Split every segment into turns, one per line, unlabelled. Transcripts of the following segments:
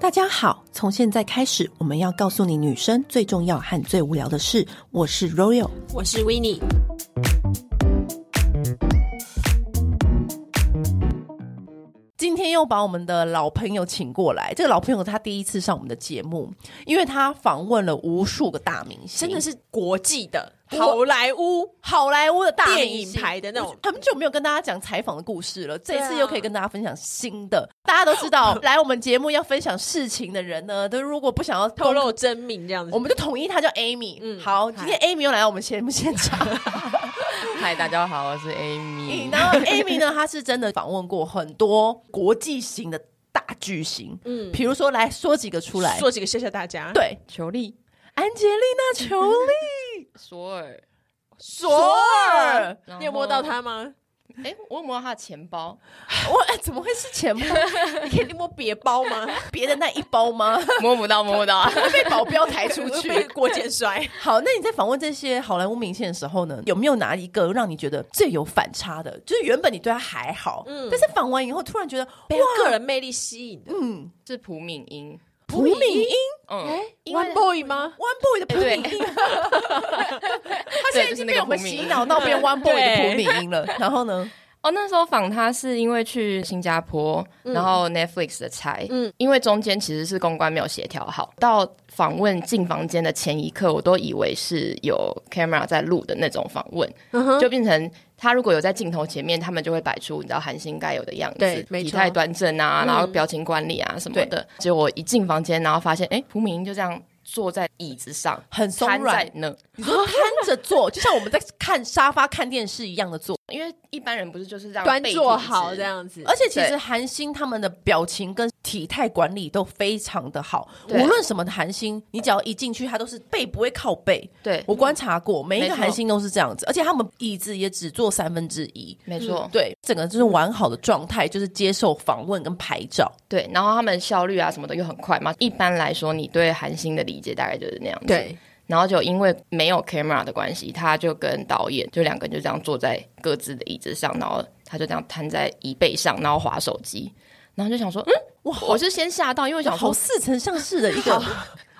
大家好，从现在开始，我们要告诉你女生最重要和最无聊的事。我是 Royal，
我是 w i n n i e
今天又把我们的老朋友请过来。这个老朋友他第一次上我们的节目，因为他访问了无数个大明星，
真的是国际的好莱坞
好莱坞的大
电
明
影
星
牌的那种。
很久没有跟大家讲采访的故事了，这一
对
次
啊
又可以跟大家分享新的。大家都知 道，来我们节目要分享事情的人呢，都如果不想要
透露真名这样子
我，们就统一她叫 Amy。嗯，
嗯
好，今天 Amy 又来到我们节目现场。
嗨，大家好，我是 Amy。
然后 Amy 呢，她是真的访问过很多国际型的大巨星，嗯，
嗯
比如说来说几个出来，
说几个谢谢大家。，
对，
裘力、
安吉丽娜·裘丽、
索尔，
索尔，
然
你有摸到他吗？
哎、我有摸到他的钱包，
我哎怎么会是钱包？
你可以摸别包吗？
别的那一包 吗？
摸不到，摸不到。
会被保镖抬出
会被
去。
郭建摔。
好，那你在访问这些好莱坞明星的时候呢，有没有哪一个让你觉得最有反差的？就是原本你对他还好，
嗯
但是访完以后突然觉得，哦
被他个人魅力吸引的
嗯，
是朴敏英，
朴敏英
嗯，因为
One Boy 吗？
One Boy 的
哎
朴
对
敏英，他现在已经被我们洗脑到变 One Boy 的朴
对
敏英了。然后呢，
哦，那时候访他是因为去新加坡，然后 Netflix 的差，
嗯
嗯，因为中间其实是公关没有协调好，到访问进房间的前一刻，我都以为是有 camera 在录的那种访问，
嗯
就变成他如果有在镜头前面，他们就会摆出你知道韩星该有的样
对
子，
没
体
错嗯
态端正啊，然后表情管理啊什么的。结果我一进房间，然后发现，哎，朴敏英就这样坐在椅子上，
很松
瘫
软
在那。
你说瘫着坐， 就像我们在看沙发看电视一样的坐。
因为一般人不是就是让
端
背
坐
挺直
好这样子，
而且其实
嗯对
韩星他们的表情跟体态管理都非常的好，
对
无论什么的韩星，你只要一进去，他都是背不会靠背。
对，
我观察过，每一个
没错
韩星都是这样子，而且他们椅子也只坐三分之一。
没错，
对，整个就是完好的状态，就是接受访问跟拍照。
对。然后他们效率啊什么的又很快嘛。一般来说，你对韩星的理解大概就是那样子。。
对，
然后就因为没有 camera 的关系，他就跟导演就两个人就这样坐在各自的椅子上，然后他就这样瘫在椅背上，然后划手机。然后就想说，嗯，
哇，好
我是先吓到，因为我想
好
说，
似曾相识的一 个，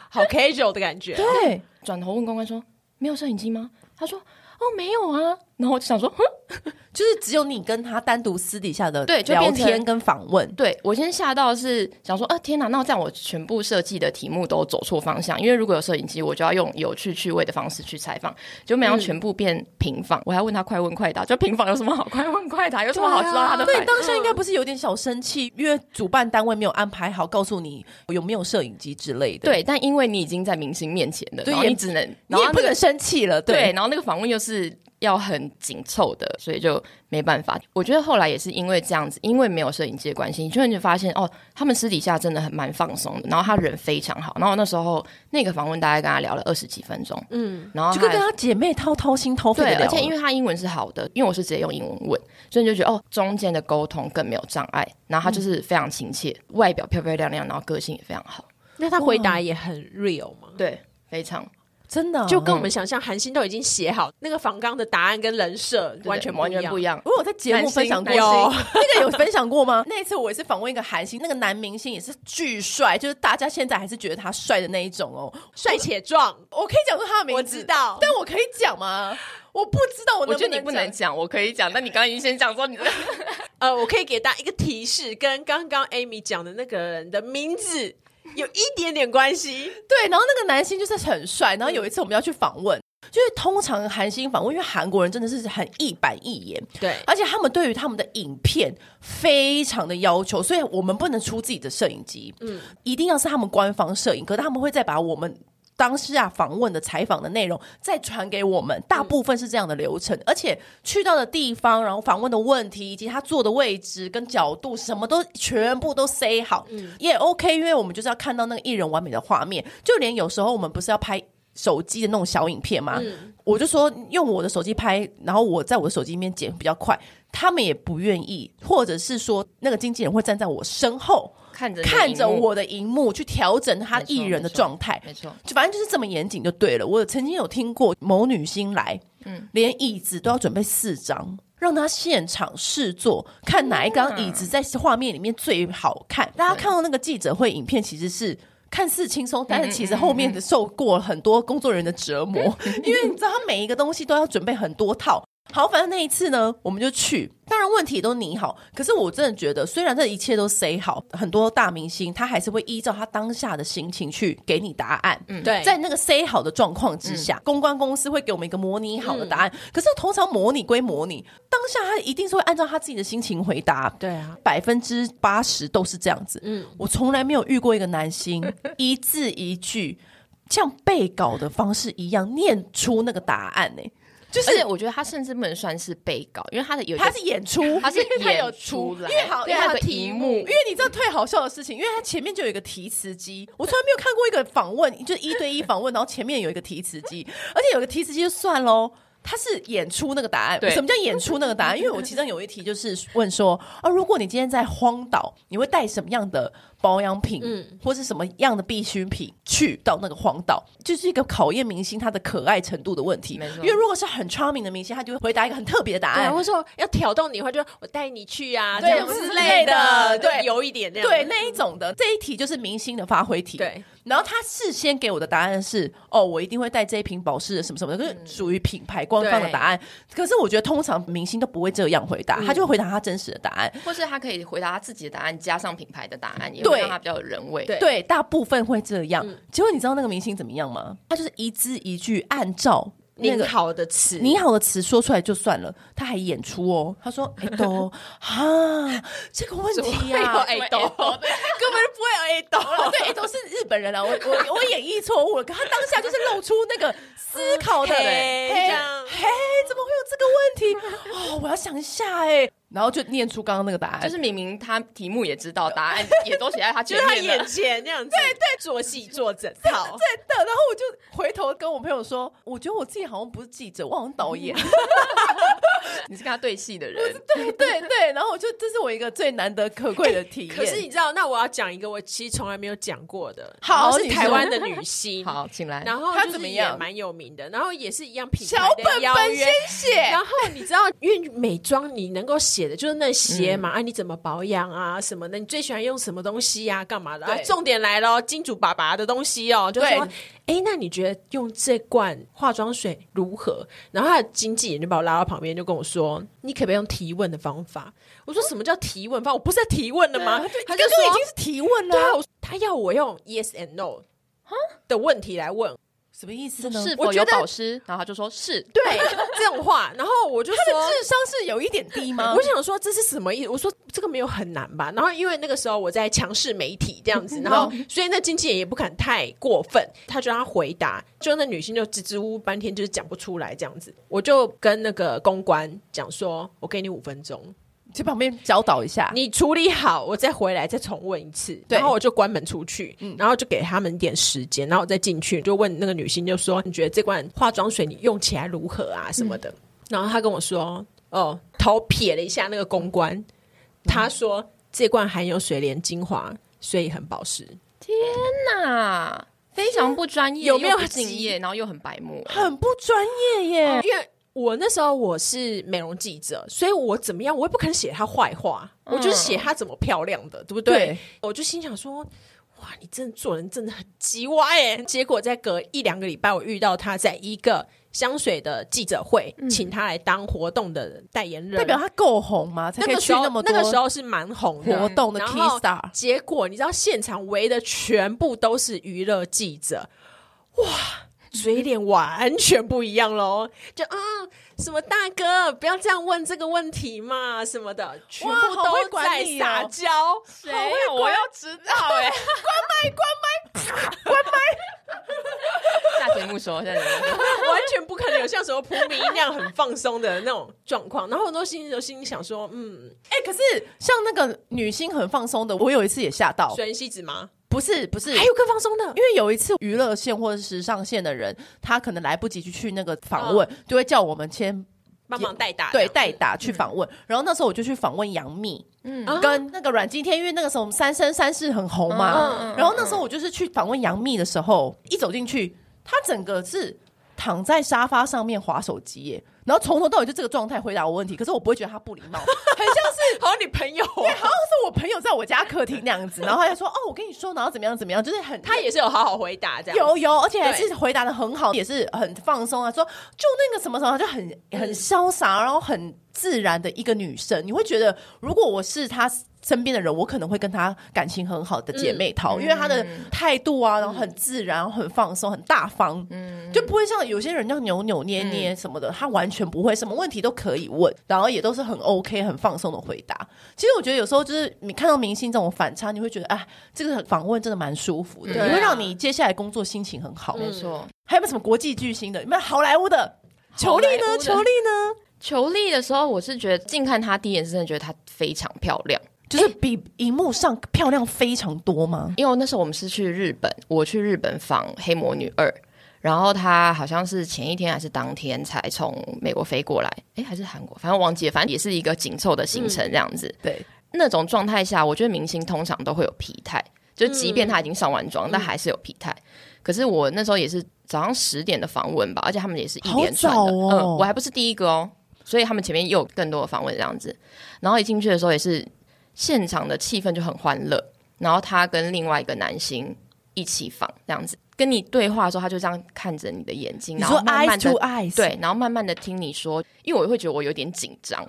好 casual 的感觉。
对，
转头问公关说，没有摄影机吗？他说，哦，没有啊。然后我就想说，哼，
就是只有你跟他单独私底下的
对就
聊
变成
天跟访问，
对我先吓到是想说，啊，天哪，那这样我全部设计的题目都走错方向，因为如果有摄影机，我就要用有趣趣味的方式去采访，就
嗯
没想到全部变平访。我还问他快问快答，就平访有什么好 快问快答，有什么好知道他的反
对
应？
当下应该不是有点小生气，因为主办单位没有安排好，告诉你有没有摄影机之类的，，
对，但因为你已经在明星面前了，
对
然后你
也
只能，
你
然后
也
那
不
个
能生气了，
对，，然后那个访问又是要很紧凑的，所以就没办法。我觉得后来也是因为这样子，因为没有摄影机的关系，你就会发现哦，他们私底下真的很蛮放松的，然后他人非常好。然后那时候那个访问大概跟他聊了二十几分钟，嗯，然后
就
他
跟跟
还
他姐妹掏掏心掏肺
对，
的
而
聊，
且因为他英文是好的，因为我是直接用英文问，所以你就觉得哦，中间的沟通更没有障碍。然后他就是非常亲切，外表漂漂亮亮，然后个性也非常好，
那他回答也很 real 吗？
对，非常
真的啊
就跟我们想象韩星都已经写好那个访纲的答案跟人设完全
完全不一
样。
样。
我有在节目分享过，哦
男
那
星有
个有分享过吗？那一次我也是访问一个韩星，那个男明星也是巨帅，就是大家现在还是觉得他帅的那一种哦。
帅且壮，
我可以讲出他的名字，
我知道
但我可以讲吗？我不知道我能
我
能
觉得你不能
讲
讲，我可以讲，但你刚刚已经先讲说你的。
呃，我可以给大家一个提示，跟刚刚 Amy 讲的那个人的名字有一点点关系。
对，然后那个男星就是很帅，然后有一次我们要去访问。就是通常韩星访问，因为韩国人真的是很一板一眼，
对
而且他们对于他们的影片非常的要求，所以我们不能出自己的摄影机，嗯，一定要是他们官方摄影，可是他们会再把我们。当下访问的采访的内容再传给我们，大部分是这样的流程，而且去到的地方，然后访问的问题以及他坐的位置跟角度，什么都全部都塞好，也 OK，因为我们就是要看到那个艺人完美的画面，就连有时候我们不是要拍手机的那种小影片吗？
嗯
我就说用我的手机拍，然后我在我的手机里面剪比较快，他们也不愿意，或者是说那个经纪人会站在我身后，
看着你的
看着
荧幕，
我的荧幕去调整他
没错
艺人的
没错
状态，
没错，
就反正就是这么严谨就对了。我曾经有听过某女星来，嗯，连椅子都要准备四张，让她现场试坐，看哪一张椅子在画面里面最好看。大家看到那个记者会影片，其实是。看似轻松，但是其实后面的受过很多工作人员的折磨，因为你知道他每一个东西都要准备很多套。好，反正那一次呢，我们就去。当然问题也都拟好，可是我真的觉得，虽然这一切都 say 好，很多大明星他还是会依照他当下的心情去给你答案。嗯，
对，嗯
在那个 say 好的状况之下，公关公司会给我们一个模拟好的答案。可是通常模拟归模拟，当下他一定是会按照他自己的心情回答。
对啊，
百分之八十都是这样子。嗯，我从来没有遇过一个男 星一字一句像背稿的方式一样念出那个答案欸呢、
就是而且我觉得他甚至不能算是被告，因为他的有一个
他是演出，
他是
因为他有
演出
因
来
为好，
对
因为
他有
有
个
题
荧
目，
幕
因为你知道最好笑的事情，因为他前面就有一个提词机，我从来没有看过一个访问，就是一对一访问，然后前面有一个提词机，而且有个提词机就算喽。他是演出那个答案，
对
什么叫演出那个答案？因为我其中有一题就是问说，啊，如果你今天在荒岛，你会带什么样的保养品，
嗯
或是什么样的必需品去到那个荒岛？就是一个考验明星他的可爱程度的问题。
没错
因为如果是很 charming 的明星，他就会回答一个很特别的答
对啊，
案，
或者说要挑动你的话，就我带你去啊，
对
这样
之
之
类
类
的
的，
对
对，有一点那样，
对那一种的。这一题就是明星的发挥题。
对。
然后他事先给我的答案是，哦，我一定会带这一瓶保湿的什么什么的，
嗯
就是属于品牌官方的答案。可是我觉得通常明星都不会这样回答，他就会回答他真实的答案。
或是他可以回答他自己的答案，加上品牌的答案，也
对
会让他比较有人味。
对嗯
对，大部分会这样。结果你知道那个明星怎么样吗？他就是一字一句按照那
你
个
考的词，
你好的词说出来就算了，他还演出哦。他说：“哎、都 哈，这个问题呀、啊，
怎么会有哎 都
根本就不会有哎 A 斗了。对，A 斗是日本人啊，我我我演绎错误了。可他当下就是露出那个思考的，
嗯嘿
嘿
这样
嘿，怎么会有这个问题？哦，我要想一下哎，然后就念出刚刚那个答案，
就是明明他题目也知道，答案 也都写在他
就
前
是他
面
眼
了。
前那样子，对对，做戏做整 套，
真的。然后我就回头跟我朋友说，我觉得我自己好像不是记者，我好像导演。
你是跟他对戏的 人，
对对对，然后我就这是我一个最难得哎可贵的体验。
可是你知道，那我要讲一个我其实从来没有讲过的，
好
然后是
你说
台湾的女 星，
好，请来。
然后
她
就是
怎么
也
样
蛮有名的，然后也是一样品
小
牌的
本
邀
本
约
先。写
然，后你知道，因为美妆你能够写的就是那些
嗯
嘛，啊，你怎么保养啊什么的，你最喜欢用什么东西呀、干嘛的？啊
对，
重点来了，金主爸爸的东西哦，就是说，哎，那你觉得用这罐化妆水如何？然后他的经纪人就把我拉到旁边，就跟我说，你可不可以用提问的方法？我说什么叫提问方法？我不是在提问了吗？他
他
就
就
说
已经是提问
对啊，
了，
我他要我用 yes and no 的问题来问，
什么意思呢？
是
是
否
我觉
有
得
保湿？然后他就说是。
对 这种话，然后我就说。
智商是有一点低吗？
我想说这是什么意思？我说这个没有很难吧。然后因为那个时候我在强势媒体这样子，然后所以那经纪人也不敢太过分，他就让他回答，就那女性就支支吾吾半天，就是讲不出来这样子。我就跟那个公关讲说，我给你五分钟，
去旁边教导一下。
你处理好，我再回来再重问一次，
对
然后我就关门出去，然后就给他们一点时间，然后我再进去，就问那个女星，就说你觉得这罐化妆水你用起来如何啊什么的，然后她跟我说，哦，头撇了一下那个公关，她说这罐含有水莲精华，所以很保湿，
那非常不专业，
有没有
又不敬
急
业，然后又很白目。
很不专业耶！
因为。我那时候我是美容记者，所以我怎么样，我也不可能写她坏话，
嗯
我就是写她怎么漂亮的，对不对？我就心想说。哇，你真的做人真的很鸡歪耶！结果在隔一两个礼拜，我遇到他在一个香水的记者会，请他来当活动的代言人。
嗯代表他够红吗？才
那
可以
个
去
时候，
么多
那个时候是蛮红的
活动的
然
key
后
star
结果你知道，现场围的全部都是娱乐记者，哇，嘴脸完全不一样喽！就啊、什么大哥，不要这样问这个问题嘛，什么的，全
哇
部
好会
都
管
在
理哦
撒娇。
谁呀？我要知 道哎！关麦，关麦，关麦！下节目说，下节目说。
完全不可能有像什么蒲明那样很放松的那种状况。然后我都心里都心里想说，嗯，
哎、可是像那个女星很放松的，我有一次也吓到，
水西子吗？
不是不是，
还有更放松的
因为有一次娱乐线或者时尚线的人，他可能来不及去去那个访问，就会叫我们先
帮忙代打，
对嗯代嗯打去访问。然后那时候我就去访问杨幂，
嗯啊
跟那个阮经天，因为那个时候我们三生三世很红嘛。然后那时候我就是去访问杨幂的时候，一走进去，她整个是躺在沙发上面划手机耶，然后从头到尾就这个状态回答我问题，可是我不会觉得她不礼貌， 很像是。
好像你朋友啊，
好像是我朋友在我家客厅那样子，然后他就说：“哦，我跟你说，然后怎么样怎么样，就是很
他也是有好好回答这样。
有有，而且还是回答的很好，也是很放松啊，说就那个什么什么，就很很潇洒，然后很自然的一个女生，你会觉得，如果我是她身边的人，我可能会跟她感情很好的姐妹淘，因为她的态度啊，然后很自然，然后很放松，很大方，就不会像有些人这样扭扭捏捏什么的，她完全不会，什么问题都可以问，然后也都是很 OK、很放松的回答。其实我觉得有时候就是你看到明星这种反差，你会觉得，哎，这个访问真的蛮舒服的，
对啊
你会让你接下来工作心情很好。
没错。
还有没有什么国际巨星的？有没有好莱坞的？裘
好
丽
莱坞
呢？
的
裘丽呢？
球力的时候，我是觉得近看她第一眼是真的觉得她非常漂亮，
就是比荧幕上漂亮非常多吗？
因为那时候我们是去日本，我去日本访《黑魔女二》，然后她好像是前一天还是当天才从美国飞过来，诶，还是韩国，反正忘记了，反正也是一个紧凑的行程这样子。
对，
那种状态下，我觉得明星通常都会有疲态，就
嗯
即便他已经上完妆，但还是有疲态。可是我那时候也是早上十点的访问吧，而且他们也是一连串
好
的，
早哦
嗯，我还不是第一个哦，所以他们前面又有更多的访问这样子。然后一进去的时候也是现场的气氛就很欢乐，然后他跟另外一个男星一起访这样子，跟你对话的时候，他就这样看着你的眼睛，
你
然
说
后慢
eyes
慢的
to eyes，，
对，然后慢慢的听你说，因为我会觉得我有点紧 张，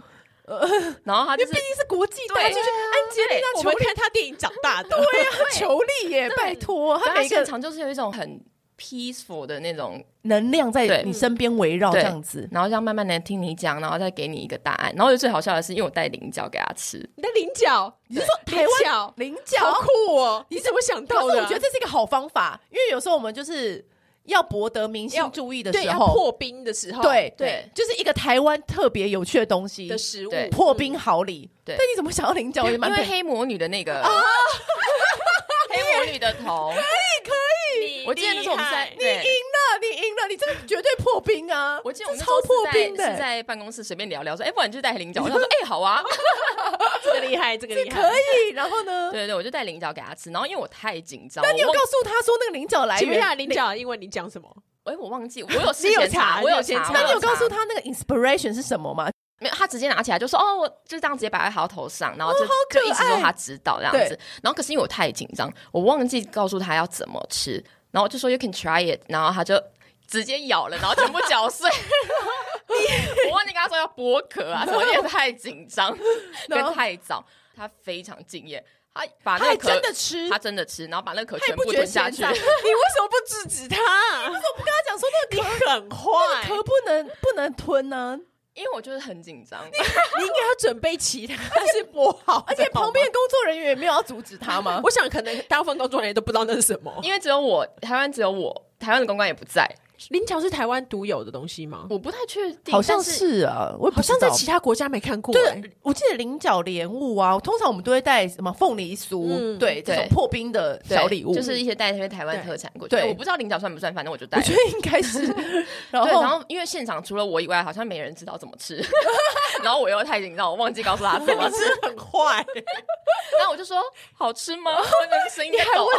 然后他就
因为
是
毕竟是国际大
对啊
剧就是安吉丽娜
我们
裘丽，
看他电影长大的，
对呀，裘丽耶，拜托，她
但他
每一
现
个
场就是有一种很 peaceful 的那种，
能量在
对
你身边围绕这
对
样子。
然后这样慢慢的听你讲，然后再给你一个答案。然后我觉得最好笑的是，因为我带菱角给他吃，
你的菱角，
你是说
菱
台湾
角
菱
好
角？
啊
酷哦！你怎么想
可
到
是
的啊？
我觉得这是一个好方法，因为有时候我们就是要博得明
要
星注意的
对
时
要
候，
破冰的时候，
对
对
就是一个台湾特别有趣的东西
的食物嗯
对
破冰好礼。
嗯对
但你怎么想要菱角？我也
因
蛮佩
为
服
黑魔女的那个 黑魔女的头，
你
我记得那时候我们是在
厉害
你赢
对。
了，啊你赢了，你这个绝对破冰啊！
我记得我们
这
那
超
时候
破
是在
冰的、
是在办公室随便聊聊，说哎、不然你就带菱角。我 想说哎、好啊，
这个厉害，这个厉害，
可以。然后呢？
对对，我就带菱角给他吃。然后因为我太紧张，
那你有
我
告
忘
诉他说那个菱角来
请问一下
源？
菱角，英文你讲什么？
哎、我忘记我有事
你有
先
查
我
你有
有
先
查
查
那你有
我
告诉他那个 inspiration 是什么吗？
没有，他直接拿起来就说：“哦，我就这样直接摆在他头上，然后就、
哦好可
就一直说
爱
他知道这样子。然后可是因为我太紧张，我忘记告诉他要怎么吃，然后我就说 ‘You can try it’，然后他就直接咬了，然后全部 嚼碎。我忘记跟他说要剥壳啊，什么，因为太紧张
然后
跟太早，他非常敬业，他把
他
那
还
个壳
真的吃，
他真的吃，然后把那个壳
他也
全
不
部
觉得
吞下
嫌
去
脏。。
你为什么不制止他？
我跟他讲说那
你
个
很
壳
坏，
壳不能不能吞啊呢、
因为我就是很 紧张，
你应该要准备其他是剥好的，
而且
好吗
旁边工作人员也没有要阻止他吗？
我想可能大部分工作人员都不知道那是什 么。
因为只有我台湾只有我，台湾的公关也不在，
菱角是台湾独有的东西吗？
我不太确定，
好像
但是
是啊，我也
好
不知
像在
道
其他国家没看过、
哎
欸，
对，我记得菱角莲雾啊，通常我们都会带什么凤梨酥，
嗯
对，这种
对
破冰的小礼物，
就是一 些带一些台湾特产过去。
对
对，我不知道菱角算不算，反正我就带
我
了。
觉
对，
得哦应该 是。然
然
后
后因为现场除了我以外，好像没人知道怎么吃， 然后我又太紧张，我忘记告诉他怎么
我
吃，
是很坏、
然后我就说好吃吗？我那个声音在抖。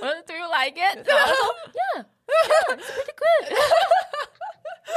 我说 Do you like it？然后他说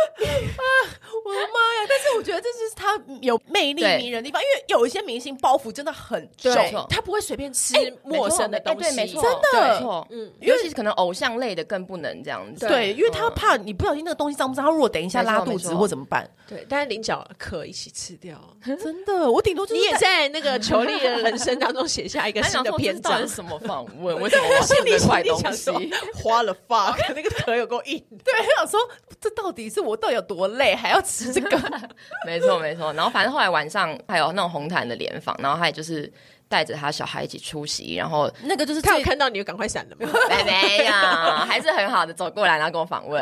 我的妈呀！但是我觉得这就是他有魅力
对
迷人的地方，因为有一些明星包袱真的很重。
没错
他不会随便吃
没错
陌生的东西，
哎对，没错，
真的
没错。
嗯
嗯，尤其是可能偶像类的更不能这样子。
对，因为他
嗯
怕你不小心那个东西脏不脏，他如果等一下
没错
拉肚子
没错
或怎么办？
对，但是菱角壳一起吃掉，
真的，我顶多就是
你也
带
在那个球力的人生当中写下一 个
他
新
想
的
说这
篇
到
章
底。是什么访问？为什么我是
你
个
心
怪
里
东
想
西
说？花 了 fuck，那个壳有够硬的。
对，我想说这到底是我到底有多累，还要吃这个？
没错没错，然后反正后来晚上还有那种红毯的联访，然后他也就是带着他小孩一起出席，然后
那个就是
他
最
有看到你，就赶快闪了吗？
没没有，还是很好的走过来，然后跟我访问，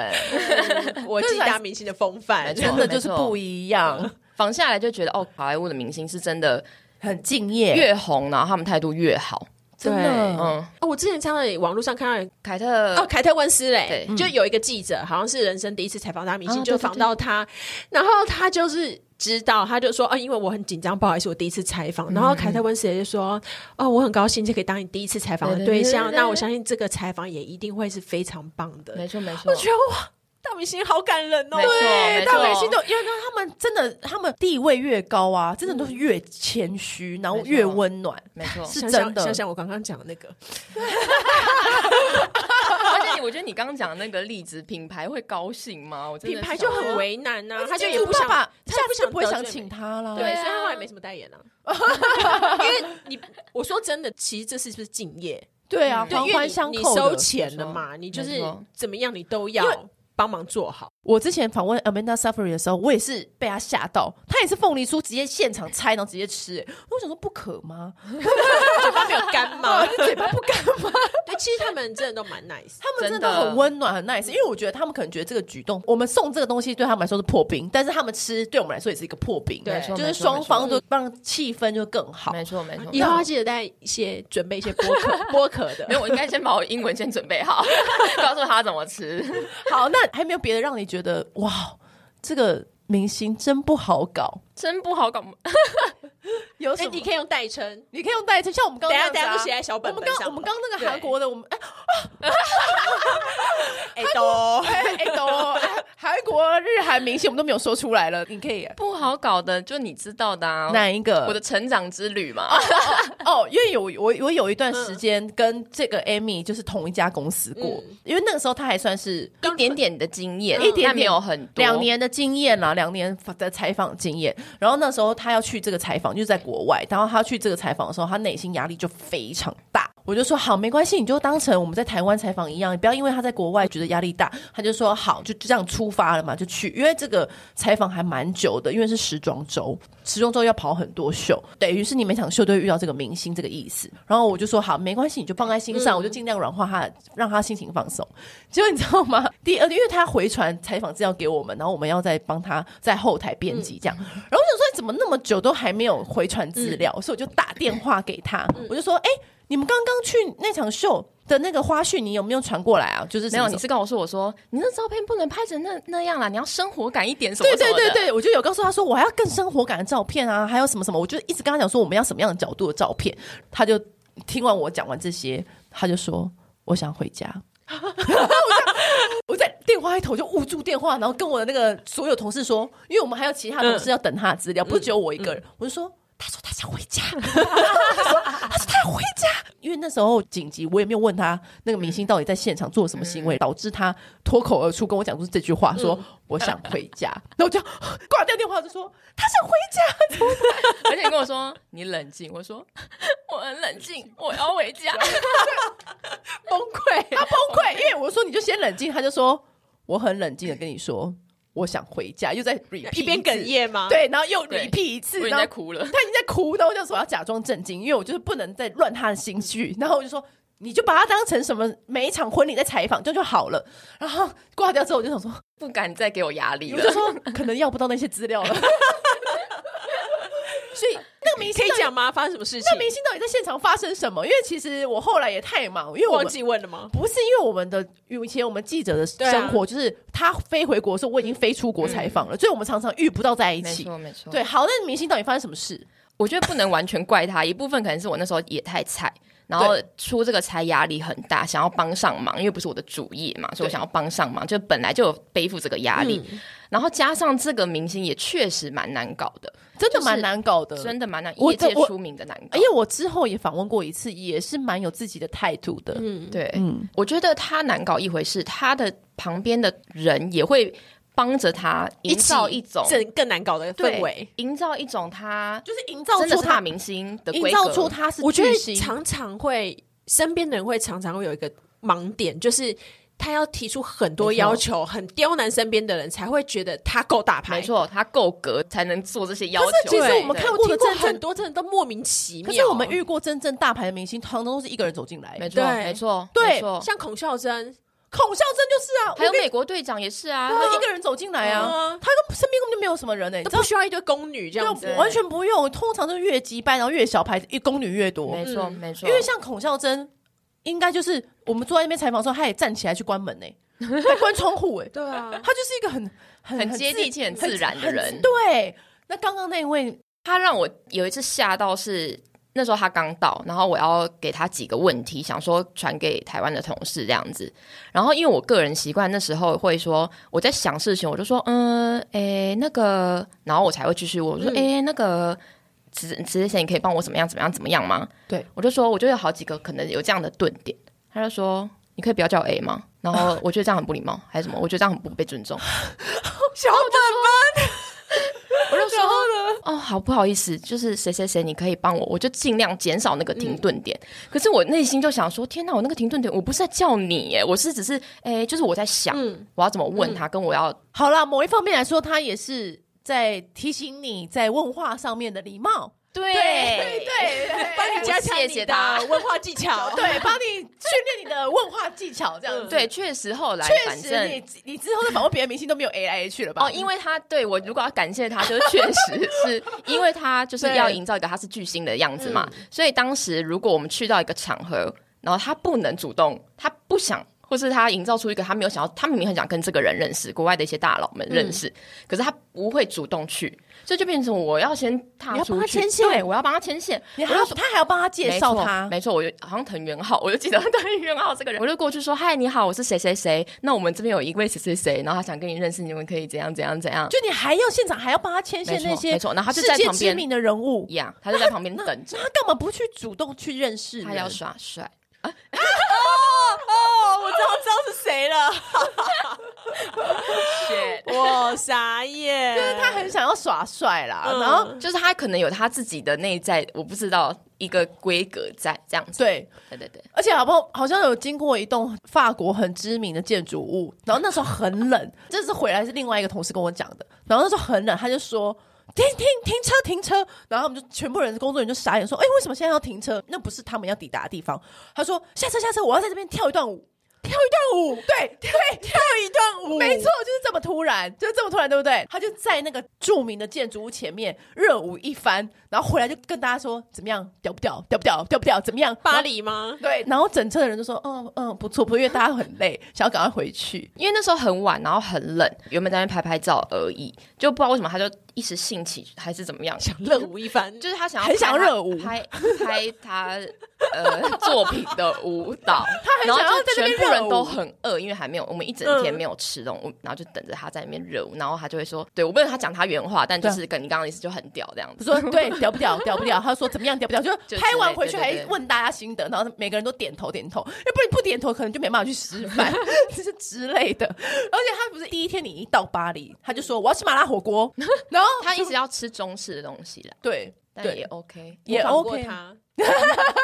我
这
记
才
大明星的风范
没，错
真的就是不一样，
访下来就觉得哦，好莱坞的明星是真的
很敬业，
越红，然后他们态度越好，
真的，
嗯，
哦，我之前常常网络上看到
凯特
哦，凯特温斯雷
对
就有一个记者，好像是人生第一次采访大明星，
啊
就
对对
访到他，然后他就是。知道，他就说啊，因为我很紧张，不好意思，我第一次采访。然后凯特温斯雷就说，哦，我很高兴这可以当你第一次采访的
对
对
对对
象，
对对
那我相信这个采访也一定会是非常棒的。
没错没错
我，觉得哇，大明星好感人哦，
没错
对，
没
大
错
明星都，因为他们真的，他们地位越高啊，真的都是越谦虚，然后
没错
越温暖。
没错。
是
想
真
想
的
想想我刚刚讲的那个，
而且你我觉得你刚刚讲的那个例子，品牌会高兴吗？我真的
品牌就
想
很为难呐、他就
金
也
主
不想，
爸爸
他
下
也不
次就
想
不会
得罪
想
美
请他了。
对，
对
所以他
啊
后来没什么代言啊。因为你，我说真的，其实这是不是敬业？
对啊，
对，
环
因为
环
你
相
你
扣
收
的。
钱了嘛，你就是
没错
怎么样，你都
因为
要帮忙做好。
我之前访问 Amanda Suffery 的时候，我也是被她吓到，她也是凤梨酥直接现场拆，然后直接吃、欸我想说不可吗？
嘴巴没有干 嘛？
嘴巴不干嘛？
对，其实他们真的都蛮 nice。
他们真
真
的
的
很温暖，很 nice。因为我觉得他们可能觉得这个举动，我们送这个东西对他们来说是破冰，但是他们吃对我们来说也是一个破冰。
对
没错
就
没
是
错
双
没错
方都让气氛就更好。
没错没错，
以后要记得带一些准备一些剥 壳剥壳
没
的。
有，我应该先把我英文先准备好， 告诉他怎么吃。
好，那还没有别的让你觉得哇，这个明星真不好搞？
真不好搞吗，
有什
哎，
么？
你可以用代称，
你可以用代称，像我们刚
等一
刚
下
那
大
样子
家都
啊
写在小
我
本
们
本
刚
上。
我们刚那个韩国的，我们哎
哎都
哎哎懂哦，哎韩国日韩明星我们都没有说出来了，你可以
不好搞的，就你知道的啊。
哪一个？
我的成长之旅 嘛，
哦，因为有我我有一段
嗯
时间跟这个 Amy 就是同一家公司过，
嗯
因为那个时候她还算是
一点点的经验，
一点点
但嗯没有很多。
两，年的经验啦，两年的采访经验。然后那时候他要去这个采访，就是在国外。然后他去这个采访的时候，他内心压力就非常大。我就说好，没关系，你就当成我们在台湾采访一样，你不要因为他在国外觉得压力大。他就说好，就就这样出发了嘛，就去。因为这个采访还蛮久的，因为是时装周，时装周要跑很多秀，等于是你每场秀都会遇到这个明星这个意思。然后我就说好，没关系，你就放在心上，我就尽量软化他，让他心情放松。结果你知道吗？ 第二，因为他回传采访资料给我们，然后我们要再帮他在后台编辑这样。
嗯
然后我想说，怎么那么久都还没有回传资料？所以我就打电话给他，
嗯
我就说：“哎、你们刚刚去那场秀的那个花絮，你有没有传过来啊？就是
没
什么
有，
什么
你是告诉我说，你那照片不能拍成那那样啦，你要生活感一点什么
对
什
对
么
对
的
对，我就有告诉他说我还要更生活感的照片啊，还有什么什么，我就一直跟他讲说我们要什么样的角度的照片，他就听完我讲完这些，他就说我想回家。我在我在电话一头就捂住电话，然后跟我的那个所有同事说，因为我们还有其他同事要等他的资料，不是只有我一个人，我就说。他说他想回家，他说他说他要回家，因为那时候紧急，我也没有问他那个明星到底在现场做了什么行为，导致他脱口而出跟我讲出这句话，说我想回家，然后我就 挂掉电话就说他想回家，
而且你跟我说你冷静，我说 我很冷静，我要回家。
崩溃， 他崩溃，因为我说你就先冷静，他就说我很冷静的跟你说我想回家，又在 repeat
一边
次
哽，咽吗？，
对，然后又
对
repeat 一次，
我已经
然
在
后
哭了。
他已经在哭，然后我就说我要假装震惊，因为我就是不能再乱他的心绪，然后我就说。你就把他当成什么每一场婚礼在采访，这样就好了。然后挂掉之后，我就想 说，
不敢再给我压力
我就
了。
说可能要不到那些资料了。所以那个明
可
星
以
到底，
讲吗？发生什么事情
那？明星到底在现场发生什么？因为其实我后来也太忙，因为我
忘
们
记问了吗？
不是因为我们的以前我们记者的
对啊
生活，就是他飞回国的时候，我已经飞出国采访了，所以我们常常遇不到在一
嗯没
起。
错没错，
对，好，那明星到底发生什么事？
我觉得不能完全怪他，一部分可能是我那时候也太菜，然后出这个差压力很大，想要帮上忙，因为不是我的主业嘛，所以我想要帮上忙，就本来就有背负这个压力，
嗯
然后加上这个明星也确实蛮难搞的，
真的
就是
蛮难搞的。
真的蛮难，
我
业界
我哎
出名的难搞
因。为我之后也访问过一次，也是蛮有自己的态度的。
对，
嗯
我觉得他难搞一回是他的旁边的人也会帮着他营造一种
更更难搞的
对
氛围。
营造一种他
就是营造
真的
出
是大
他，
明星的
营
规
造
格
出他是
我觉
巨
得
星，
常常会身边的人会常常会有一个盲点，就是他要提出很多
没错
要求，很刁难身边的人，才会觉得他够大牌。
没，错，他够格才能做这些要求。
可是其实
对
我们
对
看
我
过
听
的
过
真正
很多真的都莫名其妙。
可是我们遇过真正大牌的明星，常常都是一个人走进来。
没错，
对
没错，
对
没错
像孔孝真，
孔孝真就是啊，
还有
我跟
美国队长也是啊，
他一个人走进来啊，
嗯啊
他跟身边根本就没有什么人呢、欸你
都
知道
不需要一堆宫女这样子
对，，完全不用，通常都是越击败，然后越小牌，越宫女越多，
没错没
嗯
错，
因为像孔孝真，应该就是我们坐在那边采访的时候，他也站起来去关门呢、还关窗户哎、
对啊，
他就是一个很很
很接地
自
气、很自然的
很
人。
对，那刚刚那一位
他让我有一次吓到是。那时候他刚到，然后我要给他几个问题，想说传给台湾的同事这样子。然后因为我个人习惯，那时候会说我在想事情，我就说嗯，诶、那个，然后我才会继续问，我说
嗯
诶、那个，直直接前你可以帮我怎么样怎么样怎么样吗？
对，
我就说我就有好几个可能有这样的顿点，他就说你可以不要叫我 A 吗？然后我觉得这样很不礼貌，还是什么？我觉得这样很不被 尊重。
小
我就说哦，好不好意思，就是谁谁谁，你可以帮我，我就尽量减少那个停顿点。
嗯
可是我内心就想说，天哪，我那个停顿点，我不是在叫你耶，我是只是哎、就是我在想、
嗯
我要怎么问他，跟我要
好啦，某一方面来说，他也是在提醒你在问话上面的礼貌，
对
对对，帮你
我
加强
哎
谢
你
谢
的，
他
文化技巧
对，帮你训 练你的问话技巧，这样子。
对，确实后来
确
嗯反
实
正
你，你之后在访问别的明星都没有 A I A 去了吧？
哦，因为他对我如果要感谢他，就是确实 是因为他就是要营造一个他是巨星的样子嘛，
嗯
所以当时如果我们去到一个场合，然后他不能主动，他不想。或是他营造出一个他没有想要，他明明很想跟这个人认识，国外的一些大佬们认
嗯
识，可是他不会主动去，所以就变成我要先踏
你要帮
出
他
去，
牵线
对，我要帮他牵线，
你还要他还要帮他介绍他，
没错，没错，我就好像藤原浩，我就记得藤原浩这个人， 我就过去说：“嗨，你好，我是谁谁谁，那我们这边有一位谁谁谁，然后他想跟你认识，你们可以怎样怎样怎样。”
就你还要现场还要帮他牵线
没错
那些，
没错然后他就
世
在
界
旁边
知名的人物
一，样，他就在旁边等着
那，他干嘛不去主动去认识人？
他要耍 帅。
哦，我知道知道是谁了， 我傻眼，
就是他很想要耍帅啦，
嗯
然后
就是他可能有他自己的内在，我不知道一个规格在这样子。
对。
对对对，
而且好不好？好像有经过一栋法国很知名的建筑物，然后那时候很冷， 这次回来是另外一个同事跟我讲的。然后那时候很冷，他就说停停停车停车，然后我们就全部人工作人员就傻眼说，哎、为什么现在要停车？那不是他们要抵达的地方。他说下车下车，我要在这边跳一段舞。跳一段舞，对对， 跳一段舞，没错，就是这么突然，就是这么突然，对不对？他就在那个著名的建筑物前面热舞一番，然后回来就跟大家说怎么样，屌不屌，屌不屌，屌不屌，怎么样？
巴
然后
黎吗？
对，然后整车的人就说，嗯嗯，不错不错，因为大家很累，想要赶快回去。
因为那时候很晚，然后很冷，原本在那边拍拍照而已，就不知道为什么他就一时兴起还是怎么样，
想热舞一番，
就是他想要
很想
拍他
热舞
拍拍他 呃作品的舞蹈，他
很
然后
想要在
就
那
全
边
部
热
人
舞
都很饿，因为还没有我们一整天
嗯
没有吃东西，然后就等着他在那边热
嗯
舞，然后他就会说，对我不能他讲他原话，但就
对
是跟你刚刚的意思就很屌这样
我
子，
说对，屌不屌，屌不屌？他说怎么样，屌不屌？就
就
拍
之
完
类
回
对
去
对
还
对
问大家心得，然后每个人都点头点头，要不然不点头可能就没办法去吃饭， 就是之类的。而且他不是第一天你一到巴黎，他就说我要吃麻辣火锅，然后
他一
就
直要吃中式的东西啦，
对
但也
对
OK，
也
我访过
OK
他，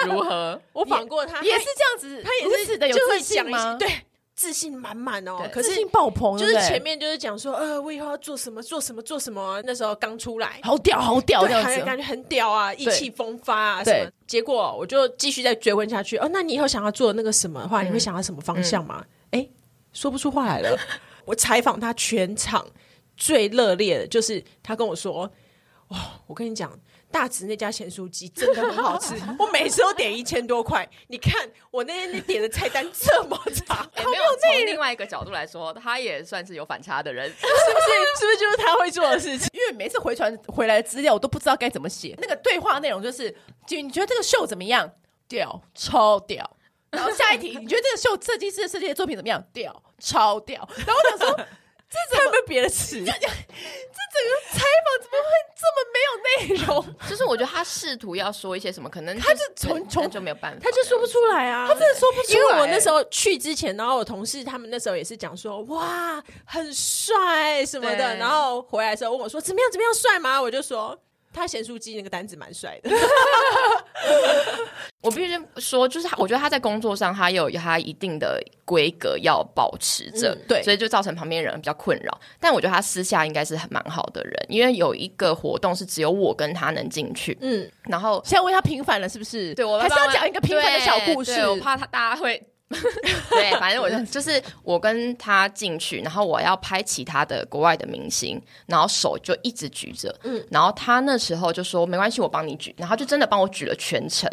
如何？
我访过他，
也是这样子，他也是的有
就是
自信
讲一
吗？
些，对，自信满满哦
对。
可
自
是
信爆棚，
就
对
是
不对
前面就是讲说，呃，我以后要做什么，做什么，做什么。啊那时候刚出来，
好屌好屌这
对，
样
还
子，
感觉很屌啊，意气风发啊什么
对。
结果我就继续再追问下去，哦，那你以后想要做那个什么的
嗯
话，你会想要什么方向吗？哎，说不出话来了。 我采访他全场最热烈的就是他跟我说，哇，我跟你讲。大直那家咸酥鸡真的很好 吃，我每次都点一千多块。你看我那天点的菜单这么长，
也没有从另外一个角度来说，他也算是有反差 的人。
是不是？是不是就是他会做的事情？
因为每次回传回来的资料，我都不知道该怎么写。那个对话内容就是：姐，你觉得这个秀怎么样？屌，超屌。然后下一题，你觉得这个秀设计师设计的作品怎么样？屌，超 屌。然后我想说，这怎么
有别的词？
这整个采访怎么会这么没有内容？
就是我觉得他试图要说一些什么，可能
他就
对
从从
那就没有办法，
他就说不出来啊，他
真的说不出来
因为我那时候去之前，然后我同事他们那时候也是讲说，哇，很帅什么的，
对
然后回来的时候问我说，怎么样怎么样帅吗？我就说。他咸酥鸡那个单子蛮帅的，
我必须说，就是他，我觉得他在工作上，他有他一定的规格要保持着、
嗯
对
所以就造成旁边人比较困扰。但我觉得他私下应该是很蛮好的人，因为有一个活动是只有我跟他能进去，
嗯，
然后
现在为他平反了，是不是？
对我
还是要
慢慢
讲一个平凡的小故事
对。对我怕他大家会 对，反正我就就是我跟他进去，然后我要拍其他的国外的明星，然后手就一直举着，嗯，然后他那时候就说没关系，我帮你举，然后就真的帮我举了全程，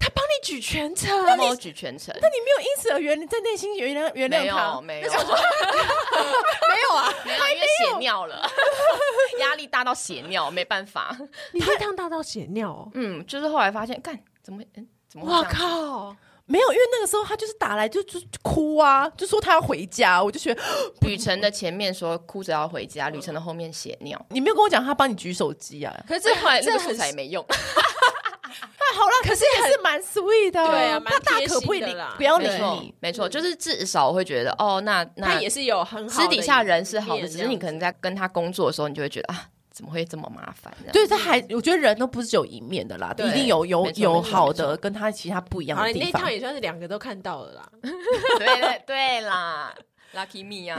他帮你举全程，
他帮我举全程，
那你没有因此而原在内心原谅 原
没
谅
有
他？
没有
没有啊？
没有，因为血尿了， 压力大到血尿，没办法，
你那趟大到血尿哦！
嗯，就是后来发现，干怎么嗯怎么会
哇
这样
靠！
没有，因为那个时候他就是打来就就就哭啊，就说他要回家，我就觉得
旅程的前面说哭着要回家，旅程的后面血尿。
你没有跟我讲他帮你举手机啊，
可是这后来那
这
个
很
素材也没用，
哎，好啦，可是也是蛮 sweet 的，
对啊蛮
他大
贴
可不会
心的
理
啦，
不要理
没
你
错，，没错，就是至少我会觉得哦，那
他
那
也是有很好的
私底下人是好
一
的，
面
只是你
这
可
样子
能在跟他工作的时候，你就会觉得啊，怎么会这么麻烦？这样，
对他还，我觉得人都不是只有一面的啦，
对
一定有有
没错
有
没错
好
没
的，
错
跟他其他不一样
好了，
的
你那
地
一
方
趟。也算是两个都看到了啦。
对对对啦，lucky me 啊！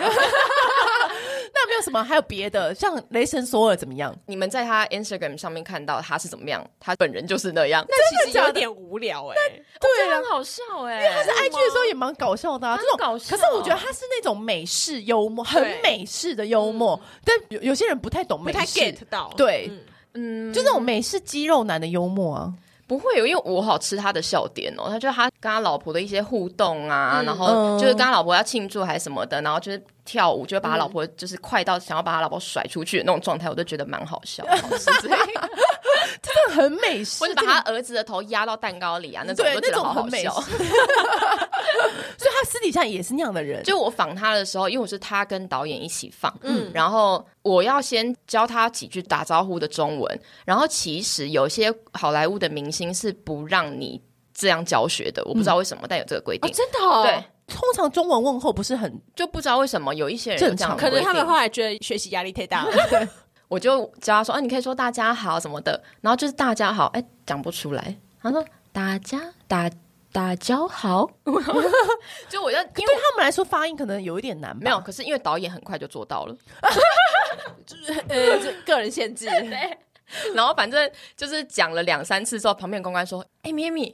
那没有什么，还有别的，像雷神索尔怎么样？
你们在他 Instagram 上面看到他是怎么样，他本人就是那样，
那其实有点无聊哎、
对啊很好笑哎，
啊他是 IG 的时候也蛮搞笑的啊，
他
这
很
种
搞笑
可是我觉得他是那种美式幽默，很
对
美式的幽默，但有有些人不太懂
不
美
太
式，
get 到。
对
嗯
嗯，
就那种美式肌肉男的幽默啊。
不会有，因为我好吃他的笑点哦。他就他跟他老婆的一些互动啊，
嗯
然后就是跟他老婆要庆祝还是什么的，然后就是跳舞，就会把他老婆
嗯
就是快到想要把他老婆甩出去的那种状态，我都觉得蛮好笑， 好吃之类的
很美式，
或者把他儿子的头压到蛋糕里啊，那种
对
我都觉
那
得
种
好
很
好
美
笑。
式，所以他私底下也是那样的人，
就我访他的时候，因为我是他跟导演一起放，嗯，然后我要先教他几句打招呼的中文，然后其实有些好莱坞的明星是不让你这样教学的，我不知
嗯
道为什么，但有这个规
哦，
定。
真的哦。
对，，
通常中文问候不是很
就不知道为什么有一些人
正
有这
常
样的
可能
规
他们
定
后来觉得学习压力太大了。
我就教他说，啊，你可以说大家好什么的，然后就是大家好，哎、讲不出来，他说大家大大家 好，就我就因为
对。他们来说发音可能有一点难吧，
啊没有，可是因为导演很快就做到了，
呃，这个人限制。
然后反正就是讲了两三次之后，旁边的公关说：“哎、咪咪。”